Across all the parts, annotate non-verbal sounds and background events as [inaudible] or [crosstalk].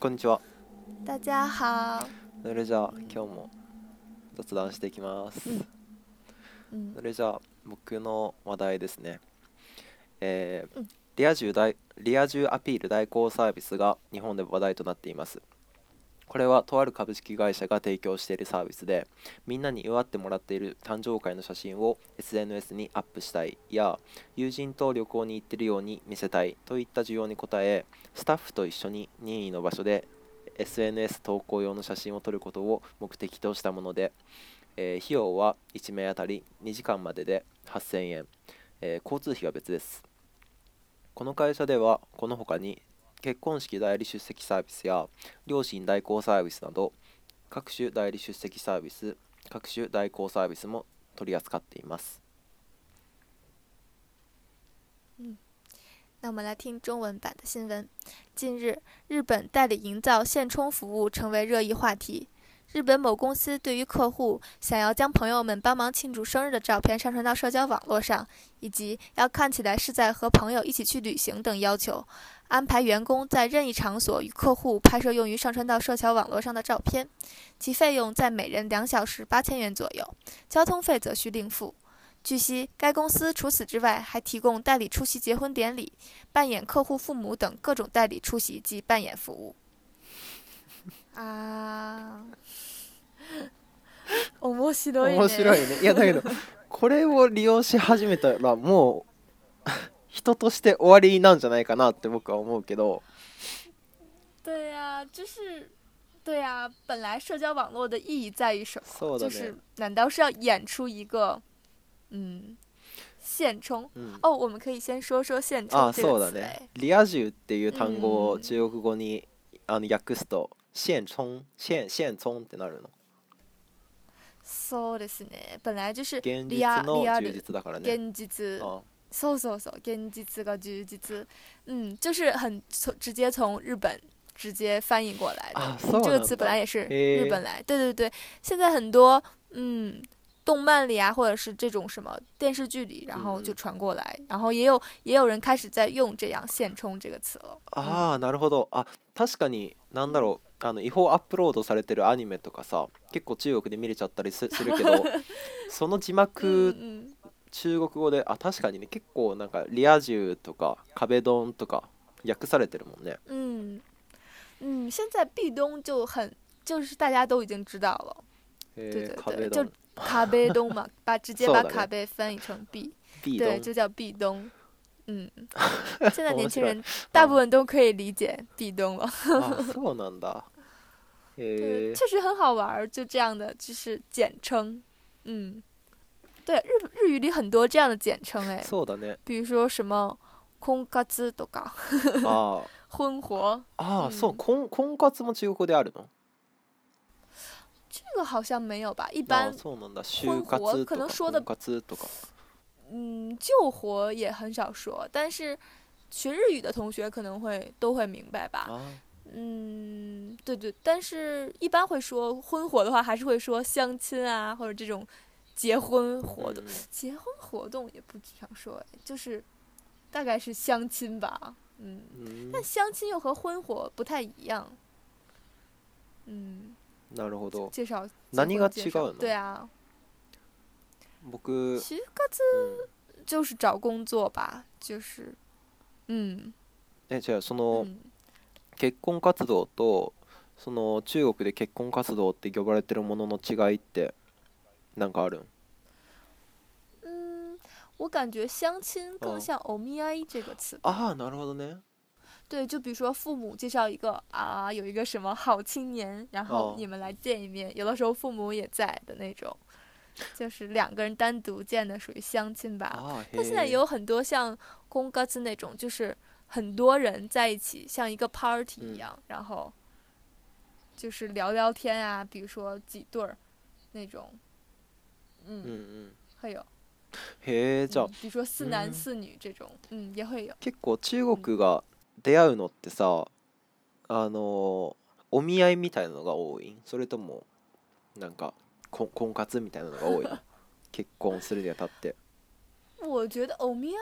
こんにちは。大家好。それじゃあ今日も雑談していきます。嗯それじゃあ僕の話題ですね。えーうんリア充大リア充アピール代行サービスが日本で話題となっています。これはとある株式会社が提供しているサービスでみんなに祝ってもらっている誕生会の写真を SNS にアップしたいや友人と旅行に行ってるように見せたいといった需要に応えスタッフと一緒に任意の場所で SNS 投稿用の写真を撮ることを目的としたもので、えー費用は1名当たり2時間までで8000円、えー交通費は別ですこの会社ではこの他に結婚式代理出席サービスや両親代行サービスなど各種代理出席サービス各種代行サービスも取り扱っています那我们来听中文版的新闻。近日，日本代理营造现充服务成为热议话题。日本某公司对于客户想要将朋友们帮忙庆祝生日的照片上传到社交网络上，以及要看起来是在和朋友一起去旅行等要求，安排员工在任意场所与客户拍摄用于上传到社交网络上的照片，其费用在每人两小时八千元左右，交通费则需另付。据悉，该公司除此之外还提供代理出席结婚典礼、扮演客户父母等各种代理出席及扮演服务。啊，面白いね。面白いねいやだけどこれを利用し始めたらもう [laughs] 人として終わりなんじゃないかなって僕は思うけど对呀、就是，对呀、本来社交网络的意义在于什么？そうだ就ね、是难道是要演出一个，嗯，现充？うん、哦，我们可以先说说现あ充あ这啊そう个だ词哎ね。リア充っていう単語をうん中国語にあの訳すとシェンチョンシェンシェンチョンってなるのそうですね。本来就是現実リアのリア充ル実だからね現実。あそうそうそう，現実が充実，嗯，就是很从直接从日本直接翻译过来的。あそう这个なん词本来だ也是嘿日本来，对对对。现在很多嗯，动漫里啊，或者是这种什么电视剧里，然后嗯就传过来，然后也有也有人开始在用这样“现充”这个词了。ああなるほどあ確かになんだろうあの違法アップロードされてるアニメとかさ結構中国で見れちゃったり [laughs] すするけどその字幕嗯中国語であ確かにね結構なんかリア充とか壁ドンとか訳されてるもんね嗯嗯嗯，现在壁咚就很就是大家都已经知道了。对え对ー、对壁ドン就卡贝东嘛，把直接そう把だね卡贝翻译成壁， B ド对，ン就叫壁咚。 [laughs] 嗯，现在年轻面白い人大部分都可以理解壁咚了。あそうなんだへえ对，确实很好玩儿，就这样的就是简称。嗯，对，日日语里很多这样的简称哎，そうだ [laughs] ね比如说什么空卡兹とかあー婚活，あーうんそう婚婚活も中国語であるの这个好像没有吧？一あー般そうなんだ婚就活活可と能か说的婚活とか嗯，救活也很少说，但是学日语的同学可能会都会明白吧。あ嗯，对对，但是一般会说婚活的话，还是会说相亲啊，或者这种结婚ー活う动。ん结婚活动也不常说，就是大概是相亲吧。嗯，うん但相亲又和婚活不太一样。嗯，なるほど介绍结何婚が介違绍うの对啊，僕、うん其实各自就是找工作吧，就是嗯えじゃあその嗯結婚活動とその中国で結婚活動って呼ばれてるものの違いってなんかあるん嗯，我感觉相亲更嗯像欧米 i 这个词。ああなるほどね对，就比如说父母介绍一个啊，有一个什么好青年，然后哦你们来见一面，有的时候父母也在的那种，就是两个人单独见的，属于相亲吧。ああへ但现在え也有很多像公鸽子那种，就是很多人在一起，像一个 party 嗯一样，然后就是聊聊天啊，比如说几对儿那种，うん嗯，うん会有，へえじゃあ嗯比如说四男嗯四女这种，嗯，也会有，結構中国が出会うのってさあのお見合いみたいなのが多いそれともなんかこ婚活みたいなのが [laughs] 多いの結婚するにあたって我觉得欧米 i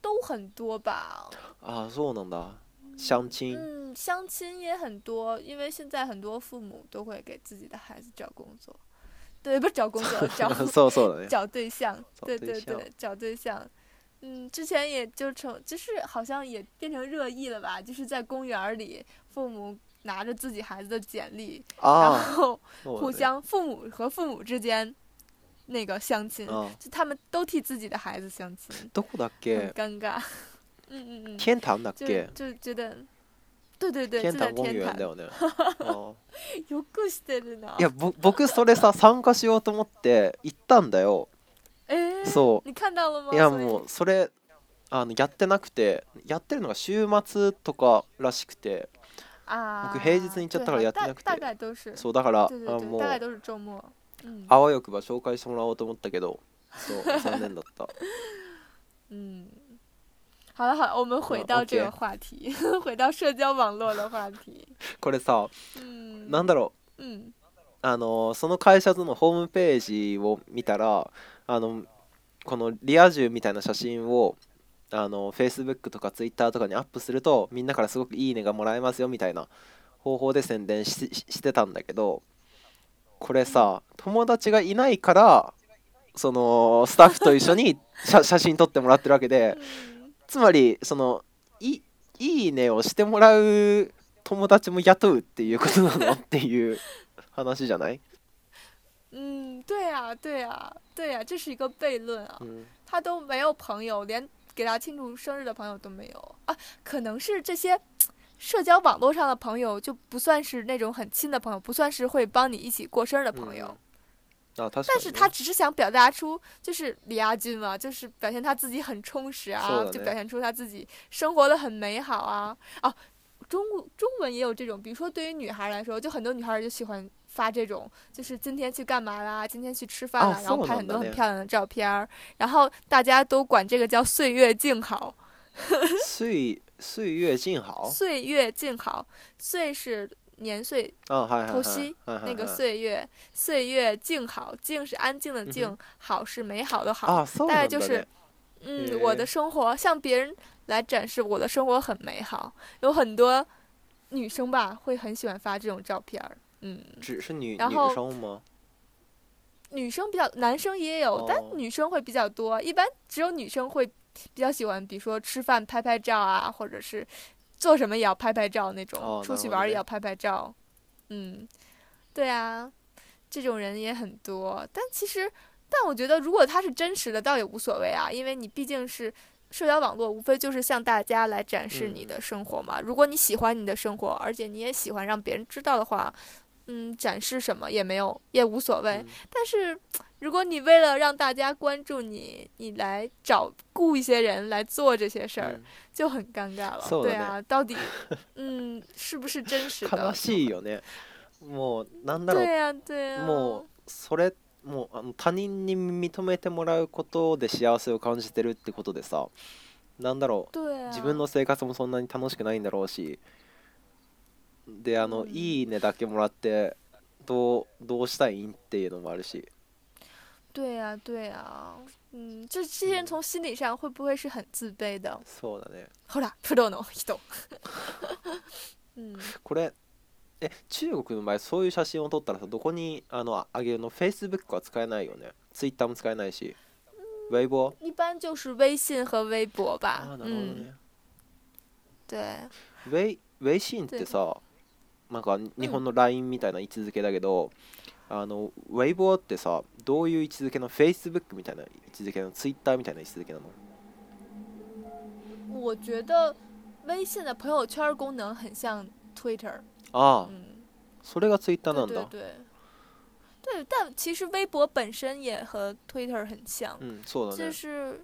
都很多吧，ああそうなんだ相親嗯，嗯，相亲也很多，因为现在很多父母都会给自己的孩子找工作，对，不是找 [laughs] 工作，找そうそうだね。找对象，找对对对象对，找对象。嗯，之前也就成，就是好像也变成热议了吧？就是在公园儿里，父母拿着自己孩子的简历，あ然后あ、そうだね互相父母和父母之间那个相亲，ああ就他们都替自己的孩子相亲，どこだっ很け？尴尬。 [laughs] 嗯嗯嗯，天坛だっ就け？就觉得，对对对，天就在坛公天園哎坛だ，よね。ああよくしてるな。いや、ぼ僕それさ参加しようと思って行ったんだよ。哎，そう。你看到了吗？いや所以もうそれあのやってなくてやってるのが週末とからしくて啊，僕平日に行っちゃったから对やって大なくて大概都是，そうだから对あ对もう对，大概都是周末。嗯あわよくば紹介してもらおうと思ったけどそう残念だった嗯，好了好了，我们回到这呃 OK 个话题， [laughs] 回到社交网络的话题。これさ嗯，なんだろ嗯うあのその会社のホームページを見たらあのこのリア充みたいな写真をあの Facebook とか Twitter とかにアップするとみんなからすごくいいねがもらえますよみたいな方法で宣伝しししてたんだけどこれさ友達がいないからそのスタッフと一緒に [laughs] 写写真撮ってもらってるわけで嗯，つまりそのいいいねをしてもらう友達も雇うっていうことなのっていう話じゃない、嗯，对呀对呀对呀，这是一个悖论啊う。ん他都没有朋友，连给他庆祝生日的朋友都没有啊。可能是这些社交网络上的朋友就不算是那种很亲的朋友，不算是会帮你一起过生日的朋嗯友。あ確かにね、但是他只是想表达出就是李亚君嘛，就是表现他自己很充实そう啊だ，ね就表现出他自己生活的很美好啊。哦，中国中文也有这种，比如说对于女孩来说，就很多女孩就喜欢发这种，就是今天去干嘛啦，今天去吃饭哦啦，然后そうなんだ拍很多ね很漂亮的照片儿，然后大家都管这个叫岁月静好，岁岁月静好岁月静好，岁是年岁あはいはいはい頭七はいはい那个はい岁月，岁月静好，静是安静的静，嗯嗯哦好是美好的好。あそうな大概んだ就ね是，嗯，我的诶生活向别人来展示我的生活很美好，有很多女生吧会很喜欢发这种照片儿。嗯，只是女然女后生吗？女生比较，男生也有，哦但女生会比较多。一般只有女生会比较喜欢，比如说吃饭拍拍照啊，或者是做什么也要拍拍照那种，哦出なる去ほど玩儿也ね要拍拍照。嗯，对啊，这种人也很多。但其实，但我觉得如果他是真实的，倒也无所谓啊，因为你毕竟是。社交网络无非就是向大家来展示嗯你的生活嘛。如果你喜欢你的生活，而且你也喜欢让别人知道的话，嗯，展示什么也没有，也无所谓。嗯但是，如果你为了让大家关注你，你来找雇一些人来做这些事儿，嗯就很尴尬了。そうだ对ね啊，到底，嗯，是不是真实うん的悲？しいよね。もうなんだろ对う、呀、对呀、もうそれもうあの他人に認めてもらうことで幸せを感じてるってことでさ、なんだろ对う啊，自分の生活もそんなに楽しくないんだろうし、であの、うんいいねだけもらってどうどうしたいんっていうのもあるし、对呀、对呀、嗯，就这些人嗯从心理上会不会是很自卑的？そうだね。ほら、プロの人。 [laughs] 嗯，これえ中国の場合そういう写真を撮ったらさどこにあのああげるの Facebook は使えないよね Twitter も使えないし Weibo 一般就是微信和微博吧。あーなるほど嗯，ね、对，ウェイウェイシーンってさなんか日本の LINE みたいな位置づけだけど、あの Weibo ってさどういう位置づけの Facebook みたいな位置づけなの Twitter みたいな位置づけなの我觉得微信的朋友圈儿功能很像 Twitter，ああ、嗯，それが Twitter なん对对だ对，对，但其实微博本身也和 Twitter 很像，うんそうだ就ね是，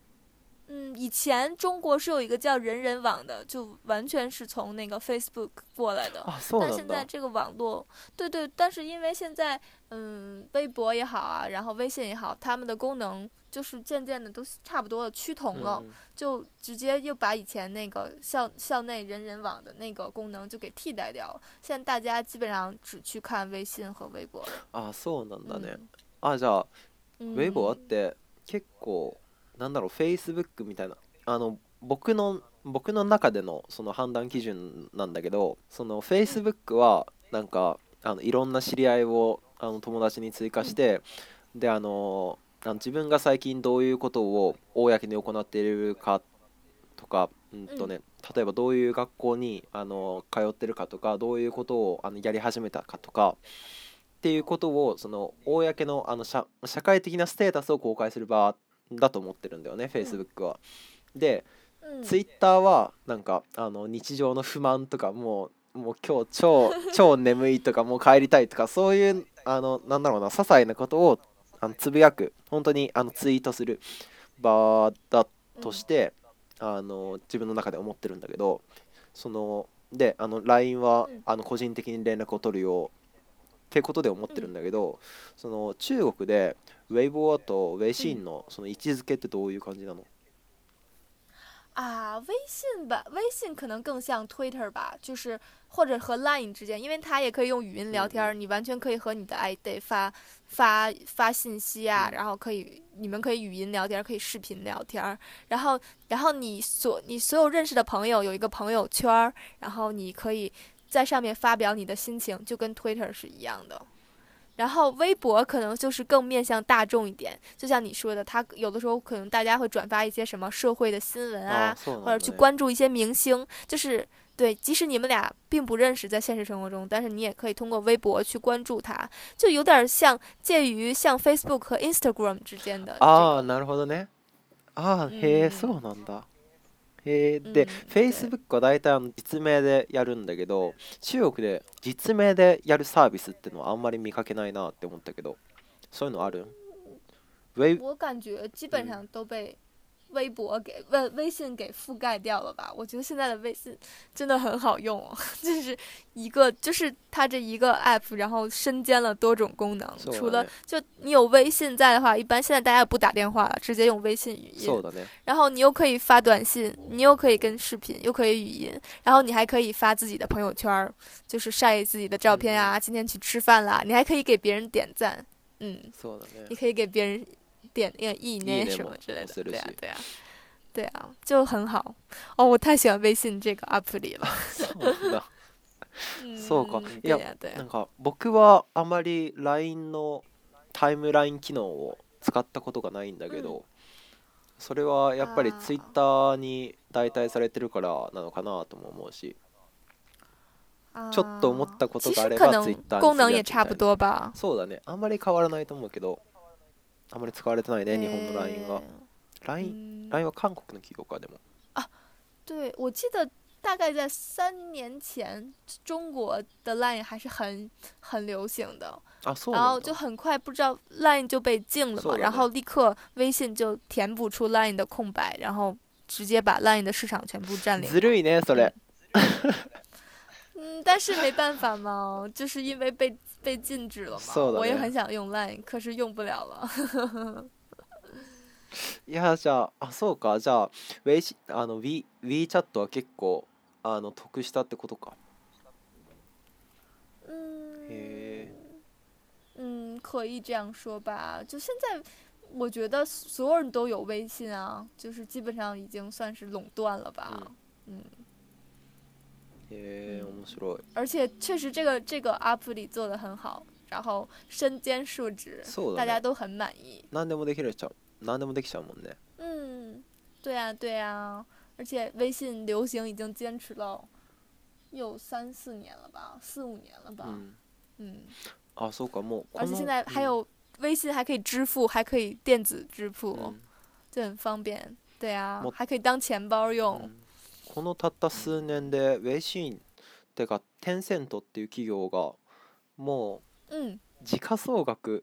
嗯，以前中国是有一个叫人人网的，就完全是从那个 Facebook 过来的，あそう但な现ん在だ哦这个网络，对对，但是因为现在，嗯，微博也好啊，然后微信也好，他们的功能就是渐渐的都差不多了，趋同了，うん就直接又把以前那个校校内人人网的那个功能就给替代掉了。现在大家基本上只去看微信和微博了。あそうなんだね、あじゃあ嗯，ウェイボーっ嗯て結構なんだろうフェイスブックみたいなあの僕の僕の中でのその判断基準なんだけどその Facebook はなんかあのいろんな知り合いをあの友達に追加してであのあの自分が最近どういうことを公に行っているかとか、うんとね、例えばどういう学校にあの通ってるかとかどういうことをあのやり始めたかとかっていうことをその公のあの社社会的なステータスを公開する場だと思ってるんだよね Facebook は。で、嗯，ツイッターはなんかあの日常の不満とかもうもう今日超超眠いとかもう帰りたいとかそういうあのなんだろうな些細なことをあのつぶやく本当にあのツイートする場だ嗯として、あの自分の中で思ってるんだけどそのであの LINE はうんあの個人的に連絡を取るようってことで思ってるんだけど、その中国でウェイボーとウェイシーンのその位置づけってどういう感じなの啊，微信吧，微信可能更像 Twitter 吧，就是或者和 Line 之间，因为它也可以用语音聊天儿，你完全可以和你的 ID 发发发信息啊，嗯然后可以你们可以语音聊天儿，可以视频聊天儿，然后然后你所你所有认识的朋友有一个朋友圈儿，然后你可以在上面发表你的心情，就跟 Twitter 是一样的。然后微博可能就是更面向大众一点，就像你说的，它有的时候可能大家会转发一些什么社会的新闻啊あ、そうなん或だ者ね去关注一些明星，就是对，即使你们俩并不认识，在现实生活中，但是你也可以通过微博去关注他，就有点像介于像 Facebook 和 Instagram 之间的这ああ个。なるほどねああうへんうえんそうなんだへえうんでで Facebook は大体あの実名でやるんだけど中国で実名でやるサービスってのはあんまり見かけないなって思ったけどそういうのあるんウェイ我感觉基本本上上都被微博给微微信给覆盖掉了吧？我觉得现在的微信真的很好用、哦 [laughs] 就是一个就是它这一个 app，然后身兼了多种功能。そう除だ了ね就你有微信在的话，一般现在大家也不打电话了，直接用微信语音。そうだね然后你又可以发短信，你又可以跟视频，又可以语音，然后你还可以发自己的朋友圈儿，就是晒自己的照片啊，今天去吃饭啦，你还可以给别人点赞，嗯，そうだね你可以给别人点那个意念念什嘛么之类我的，是的对啊是，对啊，对啊，就很好哦，我太喜欢微信这个 app 里了，そうなんだ嗯，そうかい对や呀、对啊呀、なんか僕はあまり LINE のタイムライン機能を使ったことがないんだけど、うそれはやっぱりあー Twitter に代替されてるからなのかなとも思うし啊ちょっと思ったこと其があ实れ可ば能 Twitter 功能に也つぶや差き不みたいな多吧，そうだねあんまり変わらないと思うけどあんまり使われてないね日本の LINE が哎 LINE, 嗯 LINE は韓国の企業かでも对，我记得大概在三年前，中国的 Line 还是很很流行的，あそう然な后ん就だ很快不知道 Line 就被禁了是嘛，的然呢后立刻微信就填补出 Line 的空白，然后直接把 Line 的市场全部占领ず。るいねそれ嗯，但是没办法嘛，就是因为被被禁止了嘛是的。我也呢很想用 Line，可是用不了了。 [laughs] いやじゃああそうかじゃあウェイシあの We WeChat は結構あの得したってことか嗯へ。嗯，可以这样说吧。就现在，我觉得所有人都有微信啊，就是基本上已经算是垄断了吧。嗯嗯，えへえうん面白い而且确实这个这个 app 里做的很好，然后身兼数职，そう大だ家ね都很满意。何でもできるちゃう何でもできちゃうもんね嗯，对呀、对呀、而且微信流行已经坚持了有三四年了吧，四五年了吧。うん嗯哦あそうかもうこ而且の现在うん还有微信，还可以支付，还可以电子支付。うん就很方便。对啊も，还可以当钱包う用。んこのたった数年でウェイシーンってかテンセントっていう企業がも嗯，う時価総額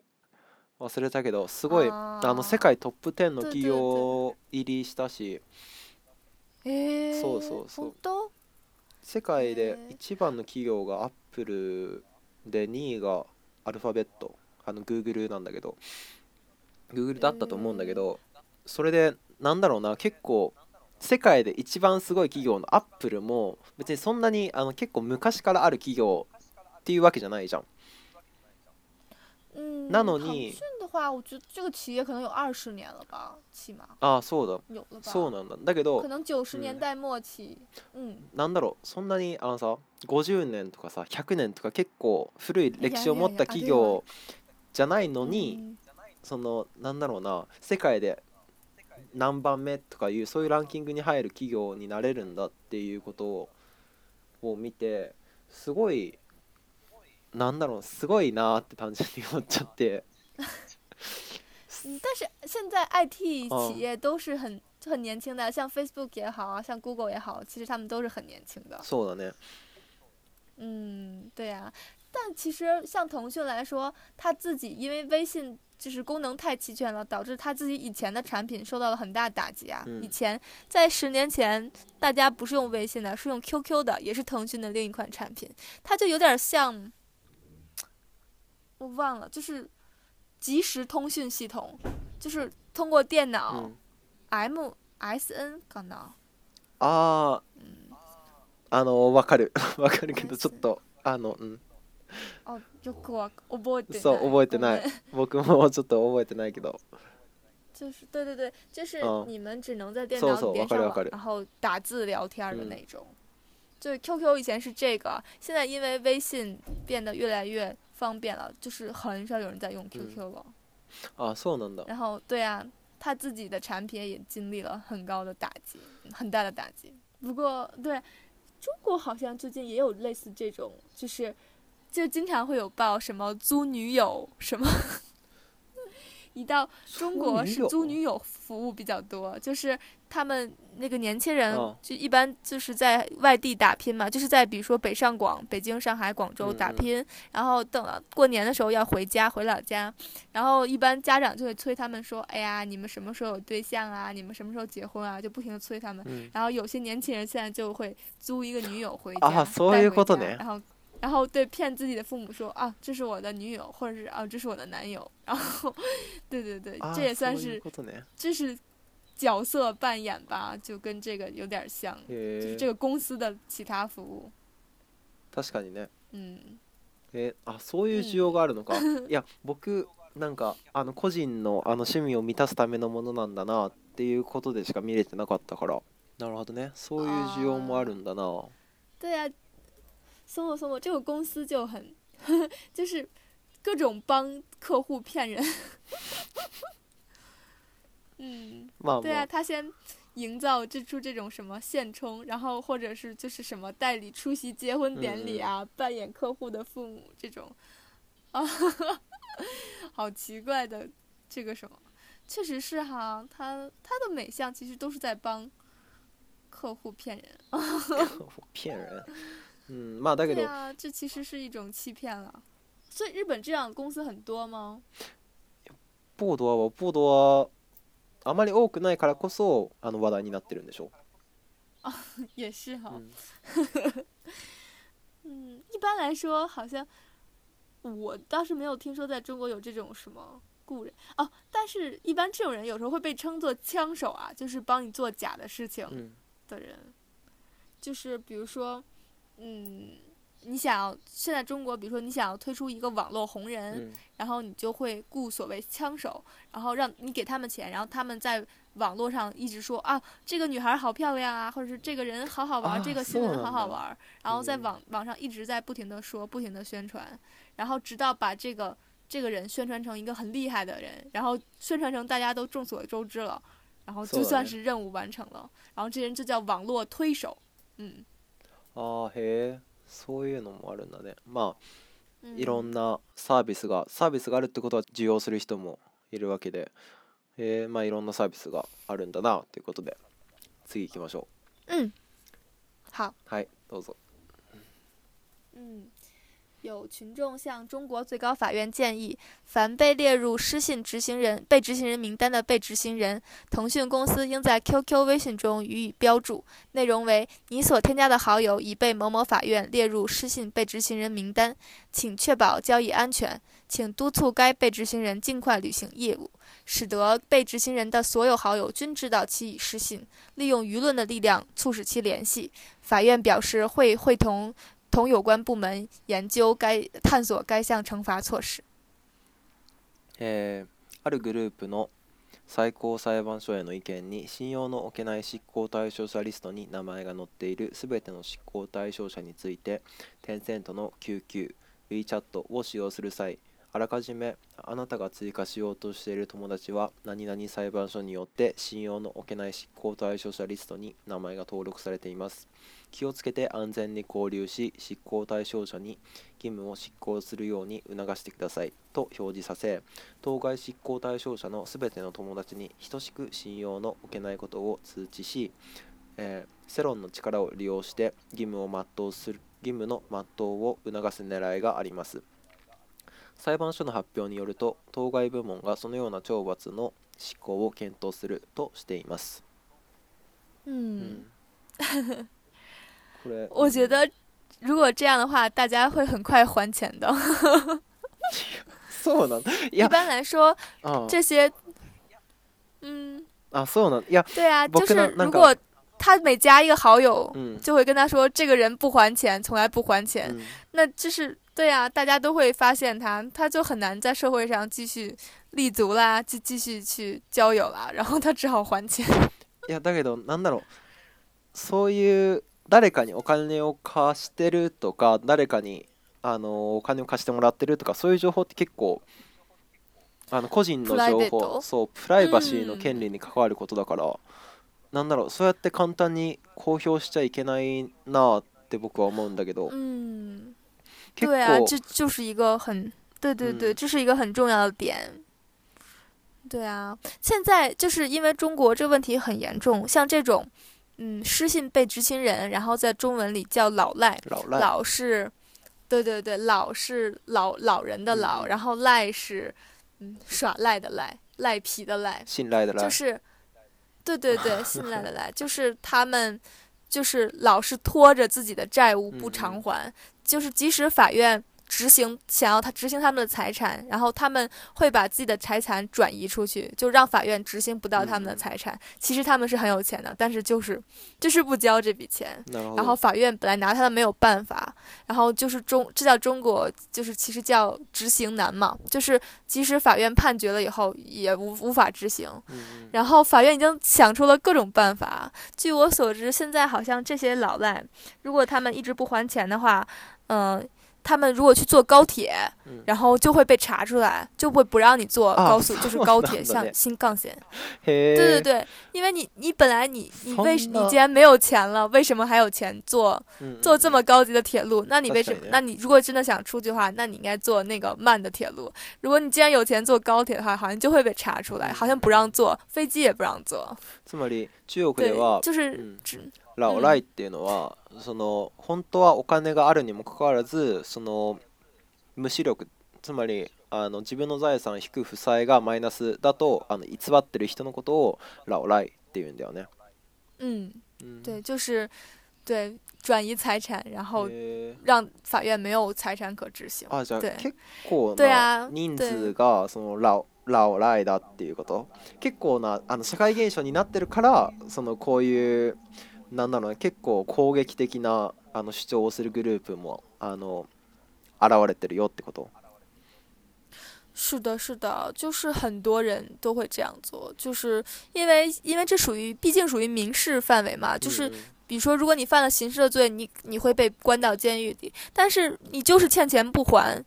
忘れたけどすごいあの世あー界トップ10の对企对業入りしたしえー、そうそうそう本当？世界でへー一番の企業がアップルで2位がアルファベットあの Google なんだけど Google だったと思うんだけどそれでなんだろうな結構世界で一番すごい企業のアップルも別にそんなにあの結構昔からある企業っていうわけじゃないじゃん嗯，なの腾に讯的话，我觉得这个企业可能有二十年了吧，起码ああそうだ有了吧。そうなんだだけ可ど能九十嗯年代末期，嗯，なんだろうそんなにあのさ50年とかさ100年とか結構古い歴史を持った企いやいやいや業じゃないのに嗯そのなんだろうな世界で何番目とかいうそういうランキングに入る企業になれるんだっていうことをを見てすごいなんだろうすごいなーって単純に思っちゃって嗯，但是现在 IT 哦企业都是很、很年轻的，像 Facebook 也好啊，像 Google 也好，其实他们都是很年轻的。そうだね嗯，对呀、但其实像腾讯来说，它自己因为微信就是功能太齐全了，导致它自己以前的产品受到了很大打击啊。以嗯前在十年前，大家不是用微信的，是用 QQ 的，也是腾讯的另一款产品，它就有点像，我忘了，就是即时通讯系统，就是通过电う脑、ん MSN 可能，あ嗯，ああのわかる [laughs] わかるけどちょっとあのうん哦，よくわ覚えてない。そう覚えてごなめんい僕もちょっと覚えてないけど就是对对对，就是嗯你们只能在电搜脑索里连我看上到网看，到然后打字聊天儿的嗯那种。就是 QQ 以前是这个，现在因为微信变得越来越方便了，就是很少有人在嗯用 QQ 了。あそうなんだ然后对啊，他自己的产品也经历了很高的打击，很大的打击。不过对，中国好像最近也有类似这种，就是就经常会有报什么租女友什么。 [laughs] 一到中国女是友租女友服务比较多，就是他们那个年轻人哦就一般就是在外地打拼嘛，就是在比如说北上广、北京、上海、广州嗯打嗯拼，然后等到过年的时候要回家回老家，然后一般家长就会催他们说：“哎呀，你们什么时候有对象啊？你们什么时候结婚啊？”就不停的催他们。うん然后有些年轻人现在就会租一个女友回家，啊所带以こ回と家ね然后，然后对骗自己的父母说：“啊，这是我的女友，或者是啊，这是我的男友。”然后，对对对あ，这也そう算い是うことね这是角色扮演吧，就跟这个有点像，就へー是这个公司的其他服务。確かにね嗯えーあそういう需要があるのか、いや僕なんかあの個人のあの趣味を満たすためのものなんだなっていうことでしか見れてなかったからなるほどねそういう需要もあるんだな对呀、啊，搜索搜索，这个公司就很， [laughs] 就是各种帮客户骗人。 [laughs] 嗯，まあ对ま啊，あ他先营造这出这种什么现充，然后或者是就是什么代理出席结婚典礼啊，扮演客户的父母这种， [laughs] 啊，好奇怪的这个什么，确实是哈，他他的每项其实都是在帮客户骗人。骗人 [laughs] うんまあだけ对ど啊，这其实是一种欺骗了。所以日本这样的公司很多吗？ポードはポードはあまり多くないからこそあの話題になってるんでしょ也是哈う。ん嗯，一般来说，好像我倒是没有听说在中国有这种什么雇人哦。但是，一般这种人有时候会被称作枪手啊，就是帮你做假的事情うん的人。就是比如说，嗯，你想要现在中国，比如说你想要推出一个网络红う人，ん然后你就会雇所谓枪手，然后让你给他们钱，然后他们在网络上一直说啊，这个女孩好漂亮啊，或者是这个人好好玩儿，啊这个新そう闻なん好好だ玩儿，然后在嗯网网上一直在不停的说，不停的宣传，然后直到把这个这个人宣传成一个很厉害的人，然后宣传成大家都众所周知了，然后そうだ就算ね是任务完成了，然后这人就叫网络推手，嗯，ああへえそういうのもあるんだねまあ嗯いろんなサービスがサービスがあるってことは需要する人もいるわけで、えーまあいろんなサービスがあるんだなということで次行きましょ嗯，好。うはいどうぞ嗯，有群众向中国最高法院建议，凡被列入失信执行人、被执行人名单的被执行人，腾讯公司应在 QQ、微信中予以标注，内容为“你所添加的好友已被某某法院列入失信被执行人名单，请确保交易安全，请督促该被执行人尽快履行业务”，使得被执行人的所有好友均知道其已失信，利用舆论的力量促使其联系。法院表示会会同同有关部门研究该探索该项惩罚措施。えーあるグループの最高裁判所への意見に信用の置けない執行対象者リストに名前が載っているすべての執行対象者についてテンセントの QQ、WeChat を使用する際あらかじめあなたが追加しようとしている友達は何々裁判所によって信用の置けない執行対象者リストに名前が登録されています気をつけて安全に交流し執行対象者に義務を執行するように促してくださいと表示させ当該執行対象者のすべての友達に等しく信用の置けないことを通知し、えー世論の力を利用して義務を全うする義務の全うを促す狙いがあります裁判所の発表によると当該部門がそのような懲罰の執行を検討するとしています、嗯，うんこれ我觉うん得如果这样的话，大家会很快还钱的。そうなんだい一や般来说，あ这些，嗯，あそうなんいや对啊，我就跟是他那如个嗯果他每加一个好友，うん、就会跟他说这个人不还钱，从来不还钱。うん那就是对啊，大家都会发现他，他就很难在社会上继续立足啦，继继续去交友啦，然后他只好还钱。いやだけどなんだろうそういう誰かにお金を貸してるとか誰かにあのお金を貸してもらってるとかそういう情報って結構あの個人のプライ情ベー報トそうプライバシーのうん権利に関わることだから、なんだろうそうやって簡単に公表しちゃいけないなって僕は思うんだけど嗯，結对啊，構这就是一个很，对对对，嗯这是一个很重要的点。对啊，现在就是因为中国这问题很严重，像这种，嗯，失信被执行人，然后在中文里叫老赖，老赖老是，对对对，老是老老人的老，嗯然后赖是，嗯，耍赖的赖，赖皮的赖，信赖的就赖 [laughs] 是，对对对，信赖的来，就是他们就是老是拖着自己的债务不嗯偿还，就是即使法院执行想要他执行他们的财产，然后他们会把自己的财产转移出去，就让法院执行不到他们的嗯财产。其实他们是很有钱的，但是就是就是不交这笔钱。なるほ然后ど法院本来拿他的没有办法，然后就是中这叫中国就是其实叫执行难嘛，就是即使法院判决了以后也无无法执行，うんうん然后法院已经想出了各种办法。据我所知，现在好像这些老赖，如果他们一直不还钱的话，嗯、他们如果去坐高铁，嗯然后就会被查出来，就会不让你坐啊高速，就是高铁そうなんだね像新干线。へえ对对对，因为你你本来你你为そん你な既然没有钱了，为什么还有钱坐うんうん坐这么高级的铁路？嗯那你为確什か么に？ね那你如果真的想出去的话，那你应该坐那个慢的铁路。如果你既然有钱坐高铁的话，好像就会被查出来，好像不让坐，飞机也不让坐。つまり中国对では，就是うん只ラオライっていうのは、その本当はお金があるにもかかわらずその無視力つまりあの自分の財産引く負債がマイナスだとあの偽ってる人のことをラオライっていうんだよね。嗯，うん、对，就是对转移财产，然后へー让法院没有财产可执行。あじゃあ对結構对な啊人数がそのラオラオライだっていうこと結構なあの社会現象になってるからそのこういうなんだろうね結構攻撃的なあの主張をするグループもあの現れてるよってこと是的，是的，就是很多人都会这样做，就是因为因为这属于毕竟属于民事范围嘛，就是うん比如说，如果你犯了刑事的罪，你你会被关到监狱里，但是你就是欠钱不还，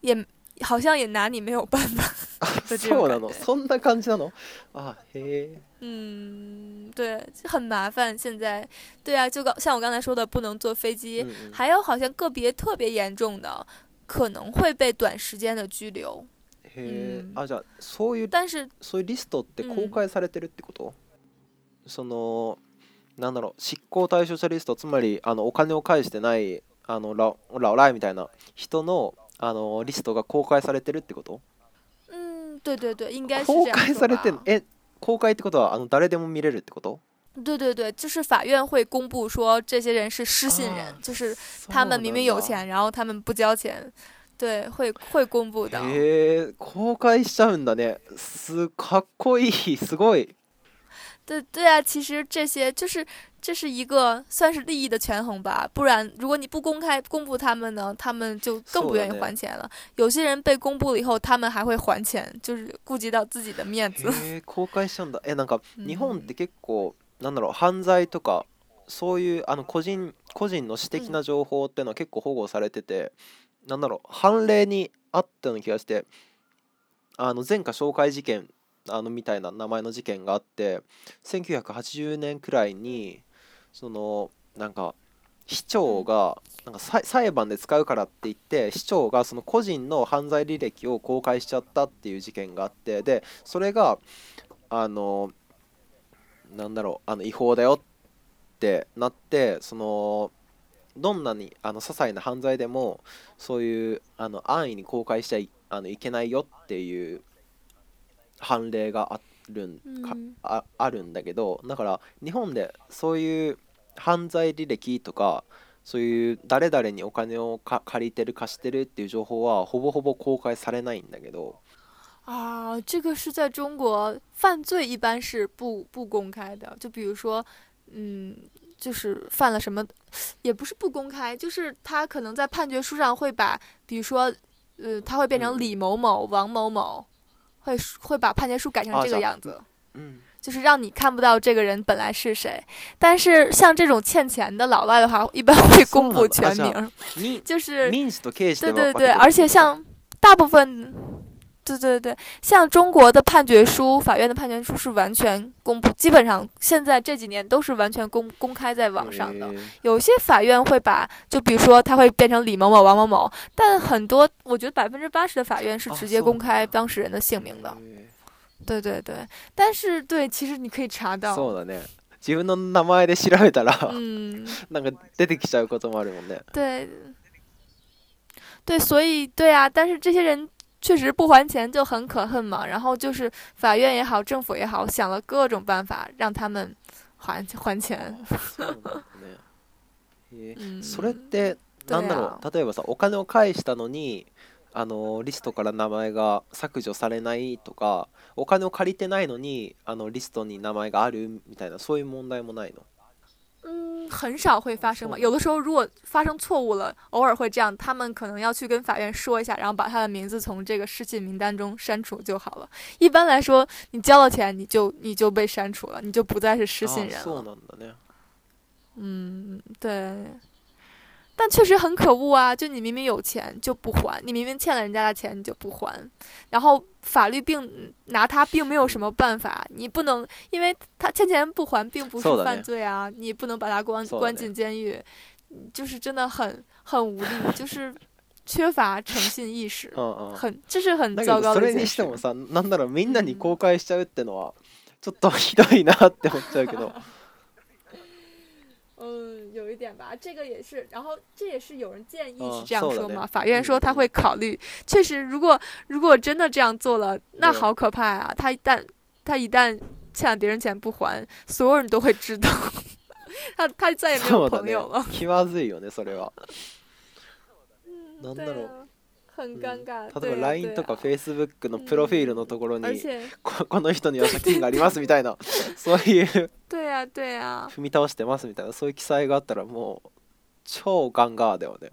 也好像也拿你没有办法 [laughs] 的这そ种うな感の觉。そんな感じなのあへえ嗯，对，就很麻烦。现在，对啊，就刚像我刚才说的，不能坐飞机，うんうん还有好像个别特别严重的，可能会被短时间的拘留。へえうんあじゃあそういう但是，そういうリストってうん公開されてるってこと、そのなんだろう執行対象者リストつまりあのお金を返してないあのララオライみたいな人のあのリストが公開されてるってこと嗯，对对对，应该是公这样開说されてん吧の。え公開ってことはあの誰でも見れるってこと对对对，就是法院会公布说这些人是失信人，啊就是他们明明有钱，然后他们不交钱，对，会会公布的。へえ公開しちゃうんだねすかっこいいすごい对对啊，其实这些就是这是一个算是利益的权衡吧，不然如果你不公开公布他们呢，他们就更不愿そうだ意ね还钱了。有些人被公布了以后，他们还会还钱，就是顾及到自己的面子。へえ公開しちゃうんだえなんかうん日本って結構なんだろう犯罪とかそういうあの個人個人の私的な情報っていうのは結構保護されてて、なんだろう判例にあったような気がしてあの前科紹介事件あのみたいな名前の事件があって1980年くらいにそのなんか市長がなんかさい裁判で使うからって言って市長がその個人の犯罪履歴を公開しちゃったっていう事件があってでそれがあのなんだろうあの違法だよってなってそのどんなにあの些細な犯罪でもそういうあの安易に公開しちゃいあのいけないよっていう判例があるんかうんああるんだけどだから日本でそういう犯罪履歴とかそういう誰々にお金をか借りてる貸してるっていう情報はほぼほぼ公開されないんだけど啊，这个是在中国犯罪一般是不不公开的，就比如说，嗯，就是犯了什么， [sniffs] 也不是不公开，就是他可能在判决书上会把，比如说，呃，他会变成嗯李某某、王某某，会会把判决书改成啊这个这样样子，うん就是让你看不到这个人本来是谁。但是像这种欠钱的老外的话，一般会そう公なんだ啊布全这样名，民就是民事と刑事对で对分对，けて而る且像大部分，对对对，像中国的判决书，法院的判决书是完全公布，基本上现在这几年都是完全公公开在网上的。へえ有些法院会把，就比如说他会变成李某某、王某某，但很多我觉得百分之八十的法院是啊直接搜公开当事人的姓名的。へ对对对，但是对，其实你可以查えそう到，だね自分の名前で調べたら嗯， [laughs] なんか出てきちゃうこともあるもんね对，对，所以对啊，但是这些人确实不还钱就很可恨嘛。然后就是法院也好，政府也好，想了各种办法让他们还还钱。そうなんだねへえ嗯，それって对なんだろ啊，う例えばさお金を返したのにあのリストから名前が削除されないとかお金を借りてないのにあのリストに名前があるみたいなそういう問題もないの嗯，很少会发生吧。错有的时候如果发生错误了，偶尔会这样，他们可能要去跟法院说一下，然后把他的名字从这个失信名单中删除就好了。一般来说，你交了钱，你就你就被删除了，你就不再是失信あ人そ了う。なんだね嗯，对，但确实很可恶啊！就你明明有钱就不还，你明明欠了人家的钱你就不还，然后法律并拿他并没有什么办法，你不能因为他欠钱不还并不そうだ是ね犯罪啊，你不能把他关そうだ关ね进监狱，嗯就是真的很很无力，就是缺乏诚信意识，うんうん很这是很だけ糟ど糕そ的れ一件にして事も。さなんだろうみんなに公開しちゃうってのはちょっとひどいなって思っちゃうけ [laughs] ど嗯，有一点吧，这个也是，然后这也是有人建议嗯是这样受了说呗嘛，法院嗯说他嗯会考虑，确实，如果如果真的这样做了，那对好可怕呀、他一旦他一旦欠了别人钱不还，所有人都会知道， [laughs] 他他再也没そ有うだ朋ね友了。気まずいよねそれは嗯，なん对だろう啊，很うん尴尬。例え对ば呀 LINE 对とか呀 Facebook のプロフィールのところ而に且，ここの人には借金がありますみたいなそう [laughs] いう对呀、对啊呀、踏み倒してますみたいなそういう記載があったらもう超ガンガーだよね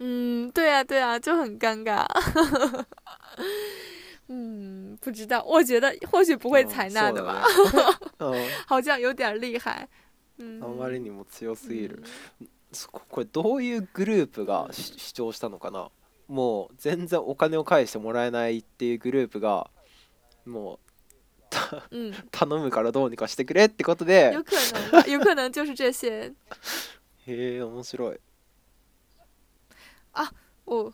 嗯，对呀、对呀、就很尴尬。 [laughs] 嗯，不知道，我觉得或许不会嗯采纳的吧。うんそうだね好像有点厉害。う嗯，んあまりにも強すぎる嗯、そここれどういうグループがし主張したのかなもう全然お金を返してもらえないっていうグループがもう嗯，頼むからどうにかしてくれってことで有可能吧，有可能就是这些。へえ面白い哦，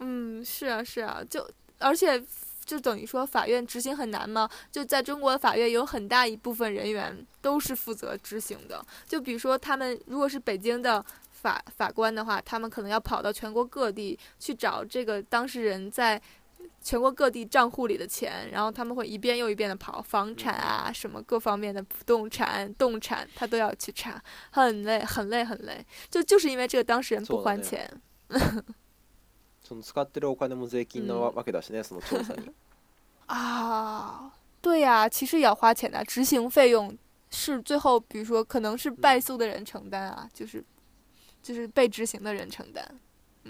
嗯，是啊，是啊，就而且就等于说法院执行很难嘛。就在中国，法院有很大一部分人员都是负责执行的。就比如说，他们如果是北京的法法官的话，他们可能要跑到全国各地去找这个当事人在。全国各地账户里的钱，然后他们会一遍又一遍的跑房产啊，什么各方面的不动产、动产，他都要去查，很累，很累，很累。就就是因为这个当事人そう不だ还ね钱，その使ってるお金も税金なわうんわけだしね、その調査に啊，对呀、其实也要花钱的，执行费用是最后，比如说可能是败诉的人承担啊，就是就是被执行的人承担。あ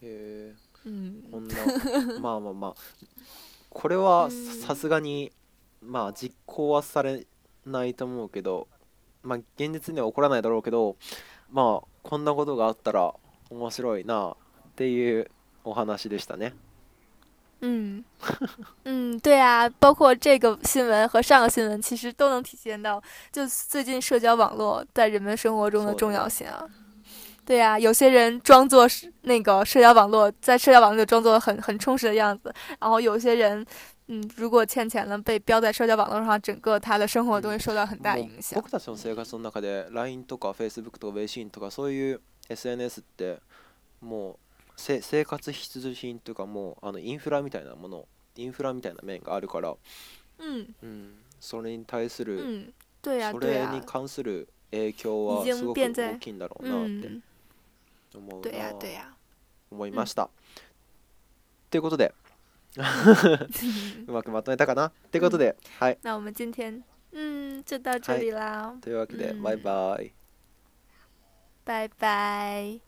ーへえ嗯，こんなまあまあまあこれはうんさすがにまあ実行はされないと思うけどまあ現実には起こらないだろうけどまあこんなことがあったら面白いなっていうお話でしたね。嗯，嗯，对啊，包括这个新闻和上个新闻，其实都能体现到，就最近社交网络在人们生活中的重要性啊。对呀、有些人装作是那个社交网络，在社交网络里装作很很充实的样子，然后有些人，嗯，如果欠钱了被标在社交网络上，整个他的生活都会受到很大もう影响。僕たちの生活の中で LINE とか Facebook とか Weixin とかそういう SNS ってもうせ生活必需品というかもうあのインフラみたいなものインフラみたいな面があるから、嗯うん、それに対する、嗯，对呀、そ对れ呀、に関する影響は已经すごく变在大きいんだろうなって嗯，思う对呀、な对啊呀、思いました。ということでうまくまとめたかなということで、はい [laughs] 那我们今天，嗯，就到这嗨里啦。というわけで、うんバイバイ。拜拜。